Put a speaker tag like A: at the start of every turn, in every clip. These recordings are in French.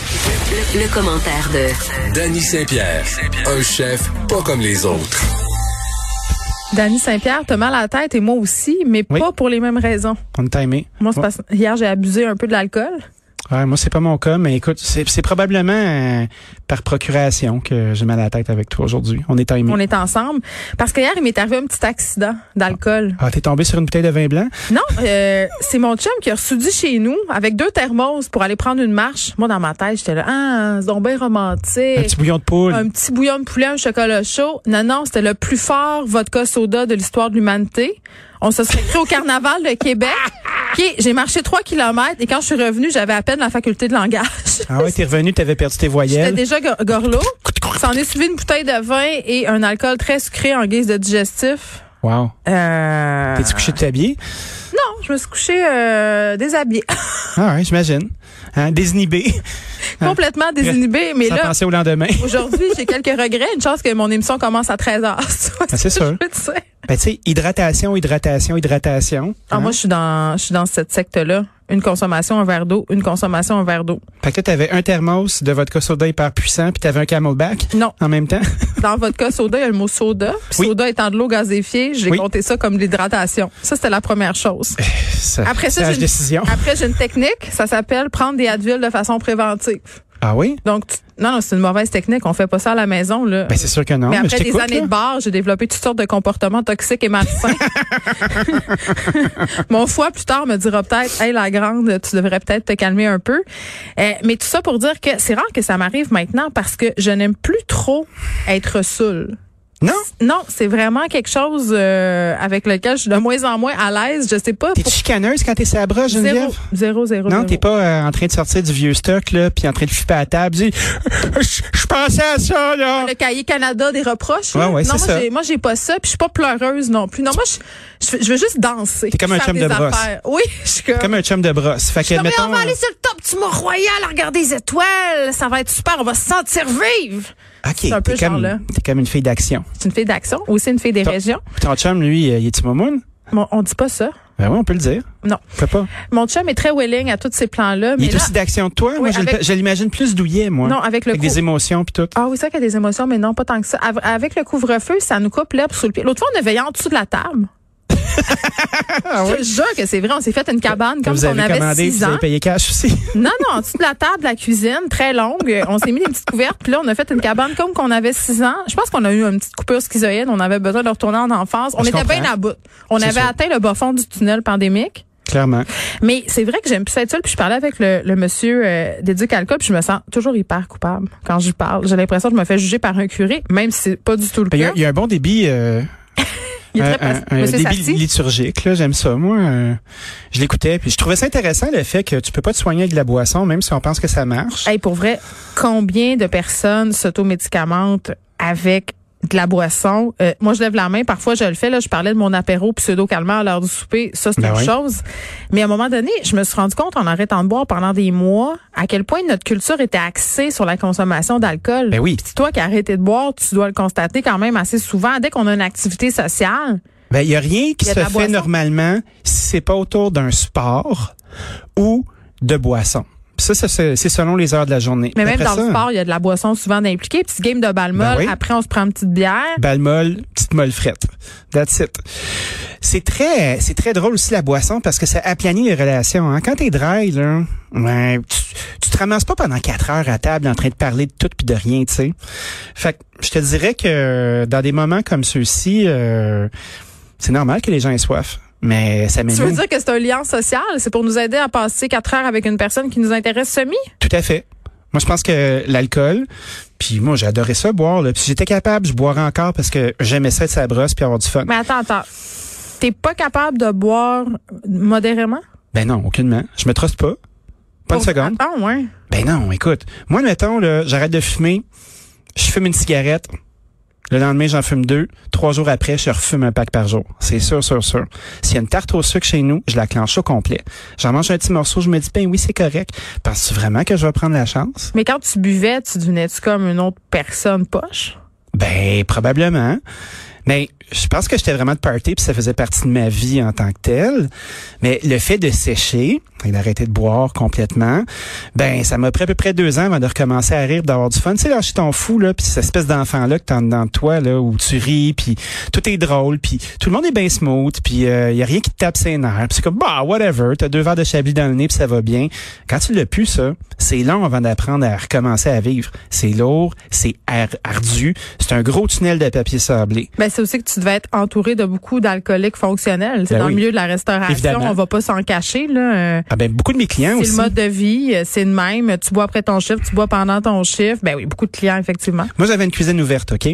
A: Le, le commentaire de
B: Danny Saint-Pierre, un chef pas comme les autres.
C: Dany Saint-Pierre, t'as mal à la tête et moi aussi, mais
D: Oui.
C: pas pour les mêmes raisons.
D: On est timé.
C: Moi, c'est
D: Ouais.
C: parce- hier, j'ai abusé un peu de l'alcool.
D: Ouais, moi, c'est pas mon cas, mais écoute, c'est c'est probablement euh, par procuration que j'ai mal à la tête avec toi aujourd'hui. On est timé.
C: On est ensemble. Parce qu'hier, il m'est arrivé un petit accident d'alcool.
D: Ah, t'es tombé sur une bouteille de vin blanc?
C: Non, euh, c'est mon chum qui a ressoudi chez nous avec deux thermos pour aller prendre une marche. Moi, dans ma tête, j'étais là, ah, c'est donc bien
D: Un
C: romantique.
D: petit bouillon de poule?
C: Un petit bouillon de poulet, un chocolat chaud. Non, non, c'était le plus fort vodka soda de l'histoire de l'humanité. On se serait cru au carnaval de Québec. OK, j'ai marché trois kilomètres et quand je suis revenue, j'avais à peine la faculté de langage.
D: Ah ouais, t'es revenu, t'avais perdu tes
C: J'étais
D: voyelles.
C: déjà go- gorlot. S'en est suivi une bouteille de vin et un alcool très sucré en guise de digestif.
D: Wow.
C: Euh...
D: T'es-tu couché de t'habiller?
C: Non, je me suis couchée euh, déshabillée.
D: Ah ouais, j'imagine. Hein, désinhibé.
C: Complètement désinhibée. Mais
D: Sans
C: là,
D: penser au lendemain.
C: aujourd'hui, j'ai quelques regrets. Une chance que mon émission commence à 13h.
D: Ah, c'est sûr. Ben, tu sais, hydratation, hydratation, hydratation. hein.
C: Ah, moi, je suis dans, je suis dans cette secte-là. Une consommation, un verre d'eau. Une consommation, un verre d'eau.
D: Fait que là, t'avais un thermos de vodka soda hyper puissant, puis t'avais un camelback
C: Non.
D: en même temps.
C: Dans votre cas, soda, il y a le mot soda. Puis
D: Oui.
C: soda étant de l'eau gazéfiée, j'ai
D: Oui.
C: compté ça comme de l'hydratation. Ça, c'était la première chose.
D: Ça-
C: Après ça,
D: sage
C: j'ai une-
D: décision.
C: Après, j'ai une technique. Ça s'appelle prendre des Advil de façon préventive.
D: Ah oui?
C: Donc, tu- non, non, c'est une mauvaise technique. On fait pas ça à la maison, là.
D: Ben, c'est sûr que non.
C: mais
D: mais
C: après
D: je
C: des
D: t'écoute,
C: années
D: là.
C: de bar, j'ai développé toutes sortes de comportements toxiques et malsains. Mon foie, plus tard, me dira peut-être, hey, la grande, tu devrais peut-être te calmer un peu. Euh, mais tout ça pour dire que c'est rare que ça m'arrive maintenant parce que je n'aime plus trop être saoule.
D: Non?
C: Non, c'est vraiment quelque chose euh, avec lequel je suis de moins en moins à l'aise. Je sais pas.
D: T'es chicaneuse quand t'es sur la broche,
C: Zéro,
D: Geneviève?
C: zéro, zéro,
D: Non,
C: zéro.
D: t'es pas euh, en train de sortir du vieux stock, là, puis en train de flipper à la table, dis, je je pensais à ça, là.
C: le cahier Canada des reproches.
D: Ouais,
C: là.
D: ouais,
C: non,
D: c'est
C: moi,
D: ça.
C: j'ai- moi, j'ai pas ça, puis je suis pas pleureuse non plus. Non, moi, je, je, veux- je veux juste danser.
D: T'es comme un
C: faire
D: chum
C: des
D: de brosse.
C: affaires. Oui, je suis comme.
D: Comme un chum de brosse. Fait que,
C: Non, mais on
D: mettons,
C: va aller
D: euh,
C: sur le top du Mont-Royal à regarder les étoiles. Ça va être super. On va se sentir vivre. c'est un
D: euh, OK,
C: peu
D: t'es
C: ce genre-là.
D: comme, t'es comme une fille d'action.
C: C'est une fille d'action, aussi une fille des
D: Top.
C: régions.
D: Ton chum, lui, euh, il est-tu moumoune?
C: Bon, on dit pas ça.
D: Ben oui, on peut le dire.
C: Non.
D: On peut pas.
C: Mon chum est très willing à tous ces plans-là.
D: Il
C: mais
D: est
C: là-
D: aussi d'action que toi. moi,
C: Oui,
D: je le-
C: avec-
D: je l'imagine plus douillet, moi.
C: Non, avec le
D: Avec
C: cou-
D: des émotions puis tout.
C: Ah oui, c'est vrai qu'il y a des émotions, mais non, pas tant que ça. Av- Avec le couvre-feu, ça nous coupe l'herbe sous le pied. L'autre fois, on a veillé en dessous de la table. Je te jure que c'est vrai, on s'est fait une cabane comme
D: Ah vous
C: si on
D: avez
C: avait
D: commandé,
C: six
D: vous
C: ans.
D: avez payé cash aussi.
C: Non, non, en dessous de la table, la cuisine, très longue. On s'est mis des petites couvertes, puis là, on a fait une cabane comme qu'on avait six ans. Je pense qu'on a eu une petite coupure schizoïde. On avait besoin de retourner en enfance. On
D: Je
C: était bien
D: comprends.
C: à bout. On
D: C'est
C: avait
D: sûr.
C: atteint le bas fond du tunnel pandémique.
D: Clairement.
C: Mais c'est vrai que j'aime plus être seule. Puis je parlais avec le, le monsieur euh, d'éduc alcool, puis je me sens toujours hyper coupable quand j'y parle. J'ai l'impression que je me fais juger par un curé, même si c'est pas du tout le
D: Ben, Il y,
C: cas.
D: a- il y a un bon débit, euh,
C: Il est
D: un,
C: très
D: un-
C: paci-
D: un
C: Monsieur
D: débit
C: Sarti?
D: liturgique, là, j'aime ça. Moi, euh, je l'écoutais, puis je trouvais ça intéressant le fait que tu peux pas te soigner avec de la boisson, même si on pense que ça marche.
C: Hey, pour vrai, combien de personnes s'automédicamentent avec de la boisson? Euh, moi, je lève la main. Parfois, je le fais. Là, je parlais de mon apéro pseudo-calmant à l'heure du souper. Ça, c'est
D: Ben
C: une
D: oui.
C: chose. Mais à un moment donné, je me suis rendu compte, en arrêtant de boire pendant des mois, à quel point notre culture était axée sur la consommation d'alcool.
D: Ben oui.
C: Puis c'est toi qui as arrêté de boire, tu dois le constater quand même assez souvent. Dès qu'on a une activité sociale,
D: Ben, il y a rien qui
C: Il y a
D: se
C: de la
D: fait
C: boisson.
D: normalement si c'est pas autour d'un sport ou de boisson. Puis ça, ça, c'est c'est selon les heures de la journée.
C: mais
D: Puis
C: même
D: après
C: dans le
D: Ben, ça,
C: sport, il y a de la boisson souvent impliquée. Petite game de balle molle,
D: Ben oui.
C: après on se prend une petite bière.
D: balle molle, petite molle frette. That's it. C'est très, c'est très drôle aussi la boisson parce que ça aplanit les relations. Hein. Quand t'es dry, là, ouais, tu, tu te ramasses pas pendant quatre heures à table en train de parler de tout puis de rien, tu sais. Fait que je te dirais que dans des moments comme ceux-ci, euh, c'est normal que les gens aient soif. Mais ça
C: Tu veux
D: m'émeut.
C: dire que c'est un lien social? C'est pour nous aider à passer quatre heures avec une personne qui nous intéresse semi?
D: Tout à fait. Moi, je pense que l'alcool, puis moi, j'adorais ça boire. Là. Puis si j'étais capable, je boirais encore parce que j'aimais ça être sa brosse puis avoir du fun.
C: Mais attends, attends. T'es pas capable de boire modérément?
D: Ben non, aucunement. Je me truste pas. Pas une
C: Pour-
D: seconde.
C: Attends, Ah, ouais.
D: Ben non, écoute. Moi, mettons, là, j'arrête de fumer. Je fume une cigarette. Le lendemain, j'en fume deux. Trois jours après, je refume un pack par jour. C'est sûr, sûr, sûr. S'il y a une tarte au sucre chez nous, je la clenche au complet. J'en mange un petit morceau, je me dis, ben oui, c'est correct. Penses-tu vraiment que je vais prendre la chance?
C: Mais quand tu buvais, tu devenais-tu comme une autre personne poche?
D: Ben, probablement. Mais je pense que j'étais vraiment de party puis ça faisait partie de ma vie en tant que telle. Mais le fait de sécher, Il a arrêté de boire complètement. Ben, ça m'a pris à peu près deux ans avant de recommencer à rire, d'avoir du fun. Tu sais, lâcher ton fou, là, puis cette espèce d'enfant-là que t'as dans toi, là, où tu ris, puis tout est drôle, puis tout le monde est bien smooth, puis il y a rien qui te tape ses nerfs. Puis c'est comme, bah, whatever, t'as deux verres de chablis dans le nez, puis ça va bien. Quand tu l'as pu, ça, c'est long avant d'apprendre à recommencer à vivre. C'est lourd, c'est ar- ardu, c'est un gros tunnel de papier sablé.
C: Ben, c'est aussi que tu devais être entouré de beaucoup d'alcooliques fonctionnels. C'est
D: Ben
C: dans
D: oui.
C: le milieu de la restauration,
D: Évidemment.
C: on va pas s'en cacher, là. euh,
D: Ah ben, beaucoup de mes clients
C: C'est
D: aussi.
C: le mode de vie, euh, c'est le même. Tu bois après ton chiffre, tu bois pendant ton chiffre. Ben oui, beaucoup de clients, effectivement.
D: Moi, j'avais une cuisine ouverte, OK?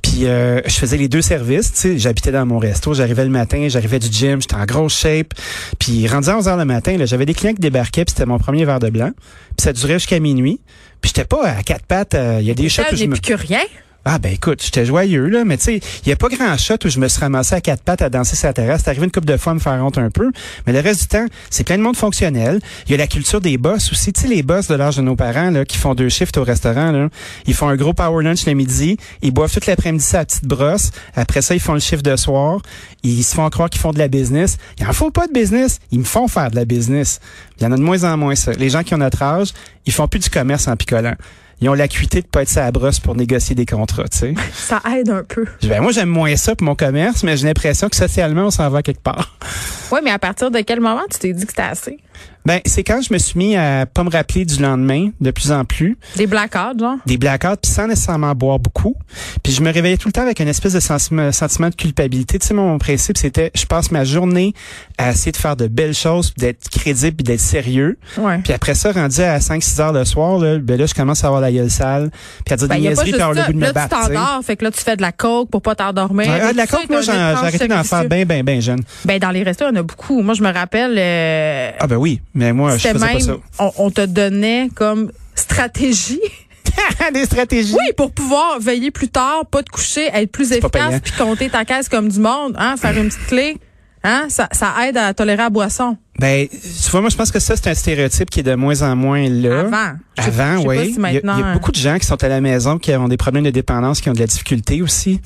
D: Puis euh, je faisais les deux services, tu sais, j'habitais dans mon resto, j'arrivais le matin, j'arrivais du gym, j'étais en grosse shape. Puis rendu à 11 heures le matin, là, j'avais des clients qui débarquaient, puis c'était mon premier verre de blanc. Puis ça durait jusqu'à minuit. Puis j'étais pas à quatre pattes, euh, il y a des shots
C: Ça,
D: où je
C: j'ai
D: me
C: plus que rien.
D: Ah ben écoute, j'étais joyeux là, mais tu sais, il y a pas grand shot où je me suis ramassé à quatre pattes à danser sa terrasse, c'est arrivé une coupe de fois à me faire honte un peu, mais le reste du temps, c'est plein de monde fonctionnel. Il y a la culture des boss aussi, tu sais les boss de l'âge de nos parents là qui font deux shifts au restaurant là, ils font un gros power lunch le midi, ils boivent toute l'après-midi sa petite brosse, après ça ils font le chiffre de soir, ils se font croire qu'ils font de la business, il en faut pas de business, ils me font faire de la business. Il y en a de moins en moins ça. Les gens qui ont notre âge, ils font plus du commerce en picolant. Ils ont l'acuité de pas être sa brosse pour négocier des contrats, tu sais.
C: Ça aide un peu.
D: Je dis, Ben, moi, j'aime moins ça pour mon commerce, mais j'ai l'impression que socialement, on s'en va quelque part.
C: Oui, mais à partir de quel moment tu t'es dit que c'était assez?
D: Ben, c'est quand je me suis mis à pas me rappeler du lendemain de plus en plus,
C: Des blackouts, genre?
D: des blackouts, puis sans nécessairement boire beaucoup. Puis je me réveillais tout le temps avec une espèce de sensi- sentiment de culpabilité. Tu sais, moi, mon principe, c'était, je passe ma journée à essayer de faire de belles choses, puis d'être crédible, puis d'être sérieux.
C: Ouais.
D: Puis après ça, rendu à 5-6 heures le soir, là, ben là, je commence à avoir la gueule sale, puis à dire
C: Ben,
D: des
C: y a pas
D: niaiseries,
C: juste
D: puis à
C: ça.
D: avoir le goût de
C: là,
D: me battre.
C: tu
D: tu sais.
C: t'endors, fait que là, tu fais de la coke pour pas t'endormir.
D: Ah, de la
C: Tout ça
D: coke,
C: est
D: moi,
C: un
D: j'en- j'ai
C: étrange
D: arrêté d'en faire
C: sacrifice.
D: bien, bien, bien jeune.
C: Ben, dans les restos, il y en a beaucoup. Moi, je me rappelle, euh,
D: Ah ben oui, mais moi, je
C: c'était
D: faisais pas
C: même,
D: ça.
C: on, on te donnait comme stratégie.
D: Des stratégies.
C: Oui, pour pouvoir veiller plus tard, pas te coucher, être plus
D: pas payant.
C: efficace, puis compter ta caisse comme du monde, hein, faire une petite clé. Hein, ça, ça aide à tolérer la boisson.
D: Ben, tu vois, moi, je pense que ça, c'est un stéréotype qui est de moins en moins là.
C: Avant. Je sais-
D: Avant,
C: je sais
D: oui.
C: pas si
D: Il y a- il y
C: maintenant,
D: a,
C: hein.
D: beaucoup de gens qui sont à la maison, qui ont des problèmes de dépendance, qui ont de la difficulté aussi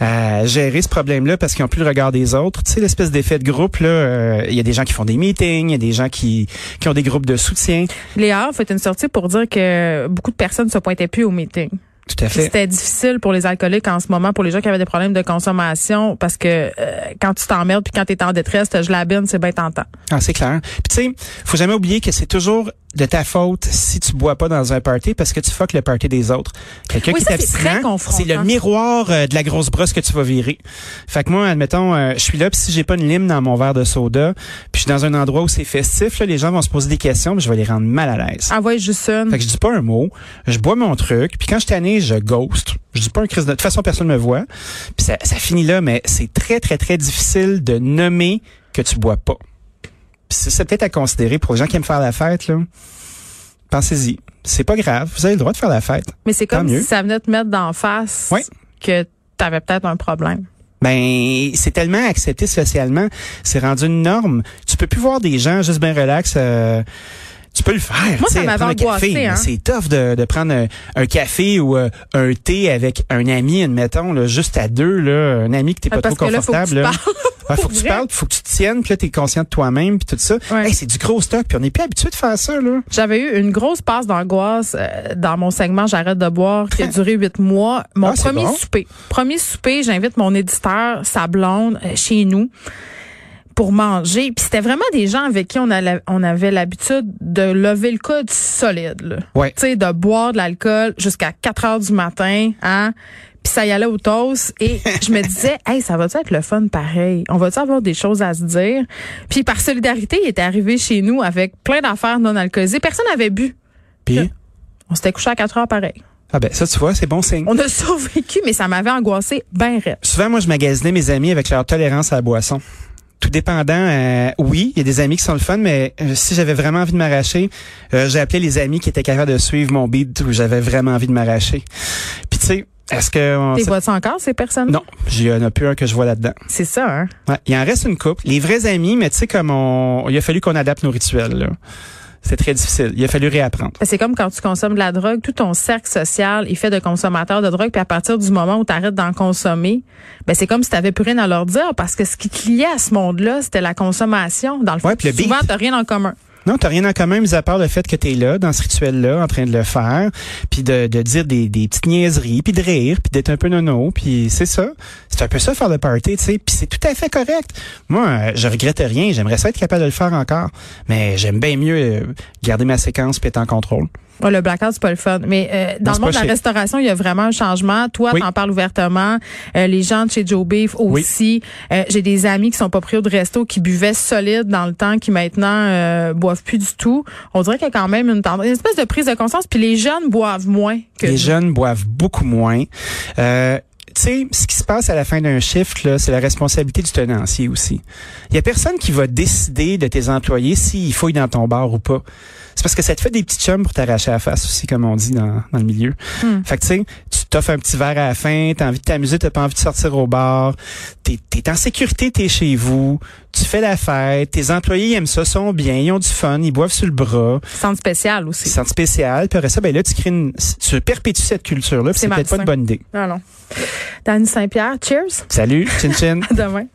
D: à gérer ce problème-là parce qu'ils ont plus le regard des autres. Tu sais, l'espèce d'effet de groupe, là, euh, il y a des gens qui font des meetings, il y a des gens qui, qui ont des groupes de soutien.
C: Léa a fait une sortie pour dire que beaucoup de personnes se pointaient plus au meeting.
D: Tout à
C: Puis
D: fait.
C: C'était difficile pour les alcooliques en ce moment, pour les gens qui avaient des problèmes de consommation, parce que euh, quand tu t'emmerdes puis quand t'es en détresse, t'as je la bine, c'est bien tentant.
D: Ah, c'est clair. Puis tu sais, faut jamais oublier que c'est toujours de ta faute si tu bois pas dans un party parce que tu fuck le party des autres. Quelqu'un
C: Oui,
D: qui
C: ça,
D: est
C: c'est très
D: abstinent,
C: confrontant.
D: c'est le miroir euh, de la grosse brosse que tu vas virer. Fait que moi, admettons, euh, je suis là, puis si j'ai pas une lime dans mon verre de soda, puis je suis dans un endroit où c'est festif, là, les gens vont se poser des questions, puis je vais les rendre mal à l'aise.
C: Envoie Ah juste une.
D: Fait que je dis pas un mot, je bois mon truc, puis quand je suis tanné, je ghost. Je dis pas un crise de... De toute façon, personne me voit. Puis ça, ça finit là, mais c'est très, très, très difficile de nommer que tu bois pas. Puis ça, c'est peut-être à considérer pour les gens qui aiment faire la fête, là. Pensez-y. C'est pas grave. Vous avez le droit de faire la fête.
C: Mais c'est
D: Tant
C: comme
D: mieux.
C: si ça venait te mettre d'en face
D: Oui.
C: que t'avais peut-être un problème.
D: Ben, c'est tellement accepté socialement, c'est rendu une norme. Tu peux plus voir des gens juste bien relax. euh, tu peux le faire.
C: Moi,
D: tu sais,
C: ça m'avait
D: prendre un café.
C: angoissée, hein.
D: Mais C'est tough de, de prendre un, un café ou euh, un thé avec un ami, admettons, là, juste à deux, là, un ami que t'es pas
C: Ah, Parce
D: trop
C: que là, faut que tu
D: confortable. là.
C: parles.
D: Ouais, faut
C: pour
D: que tu
C: vrai.
D: parles, puis faut que tu te tiennes, puis là, t'es conscient de toi-même, puis tout ça.
C: Ouais.
D: Hey, c'est du gros stock, puis on n'est plus habitué de faire ça, là.
C: J'avais eu une grosse passe d'angoisse euh, dans mon segment J'arrête de boire qui a duré huit mois. Mon
D: Ah, c'est
C: premier
D: bon.
C: souper. Premier souper, j'invite mon éditeur, sa blonde, euh, chez nous pour manger. Puis c'était vraiment des gens avec qui on, allait- on avait l'habitude de lever le coude solide. là.
D: Ouais.
C: Tu sais, de boire de l'alcool jusqu'à 4 heures du matin, hein? Puis ça y allait au toast et je me disais, hey, ça va-tu être le fun pareil? On va-tu avoir des choses à se dire? Puis par solidarité, il était arrivé chez nous avec plein d'affaires non alcoolisées. Personne n'avait bu. Euh.
D: Puis,
C: On s'était couché à 4 heures pareil.
D: ah ben, ça, tu vois, c'est bon signe.
C: On a survécu, mais ça m'avait angoissé ben raide.
D: Souvent, moi, je magasinais mes amis avec leur tolérance à la boisson. Tout dépendant, euh, oui, il y a des amis qui sont le fun, mais euh, si j'avais vraiment envie de m'arracher, euh, j'ai appelé les amis qui étaient capables de suivre mon beat où j'avais vraiment envie de m'arracher. Puis tu sais, est-ce que... on-
C: T'es vois-tu encore ces personnes?
D: non, il y en a plus un que je vois là-dedans.
C: C'est ça, hein?
D: Ouais, il en reste une couple. Les vrais amis, mais tu sais, comme on... Il a fallu qu'on adapte nos rituels, là. C'est très difficile. Il a fallu réapprendre.
C: C'est comme quand tu consommes de la drogue, tout ton cercle social est fait de consommateurs de drogue, puis à partir du moment où tu arrêtes d'en consommer, ben c'est comme si tu n'avais plus rien à leur dire parce que ce qui te liait à ce monde-là, c'était la consommation. Dans le fond,
D: Ouais, puis le
C: souvent
D: beat.
C: t'as rien en commun.
D: Non, t'as rien en commun, mis à part le fait que t'es là, dans ce rituel-là, en train de le faire, puis de, de dire des, des petites niaiseries, puis de rire, puis d'être un peu nono, puis c'est ça. C'est un peu ça, faire le party, tu sais, puis c'est tout à fait correct. Moi, euh, je regrette rien, j'aimerais ça être capable de le faire encore, mais j'aime bien mieux euh, garder ma séquence puis être en contrôle.
C: Ouais, le blackout, c'est pas le fun. Mais euh, dans
D: Non,
C: le
D: c'est
C: monde de la
D: pas chez-
C: restauration, il y a vraiment un changement. Toi,
D: Oui.
C: t'en parles ouvertement. Euh, les gens de chez Joe Beef aussi. Euh, J'ai des amis qui sont pas pris de resto, qui buvaient solide dans le temps, qui maintenant euh, boivent plus du tout. On dirait qu'il y a quand même une, tendance- une espèce de prise de conscience. Puis les jeunes boivent moins que
D: les
C: nous.
D: jeunes boivent beaucoup moins. Euh, tu sais, ce qui se passe à la fin d'un shift, là, c'est la responsabilité du tenancier aussi. Il y a personne qui va décider de tes employés s'ils fouillent dans ton bar ou pas. C'est parce que ça te fait des petits chums pour t'arracher la face aussi, comme on dit dans, dans le milieu.
C: Hmm.
D: Fait que tu sais, tu t'offres un petit verre à la fin, t'as envie de t'amuser, t'as pas envie de sortir au bar, t'es es en sécurité, t'es chez vous, tu fais la fête, tes employés aiment ça, sont bien, ils ont du fun, ils boivent sur le bras
C: Centre spécial
D: qui se
C: aussi.
D: sentent spéciales. Puis après ça, ben là, tu crées une, tu perpétues cette culture-là. puis
C: C'est Ah
D: C'est peut-être pas
C: malsain.
D: une bonne idée.
C: Non, non. Dany Saint-Pierre, cheers.
D: Salut, chin chin.
C: À demain.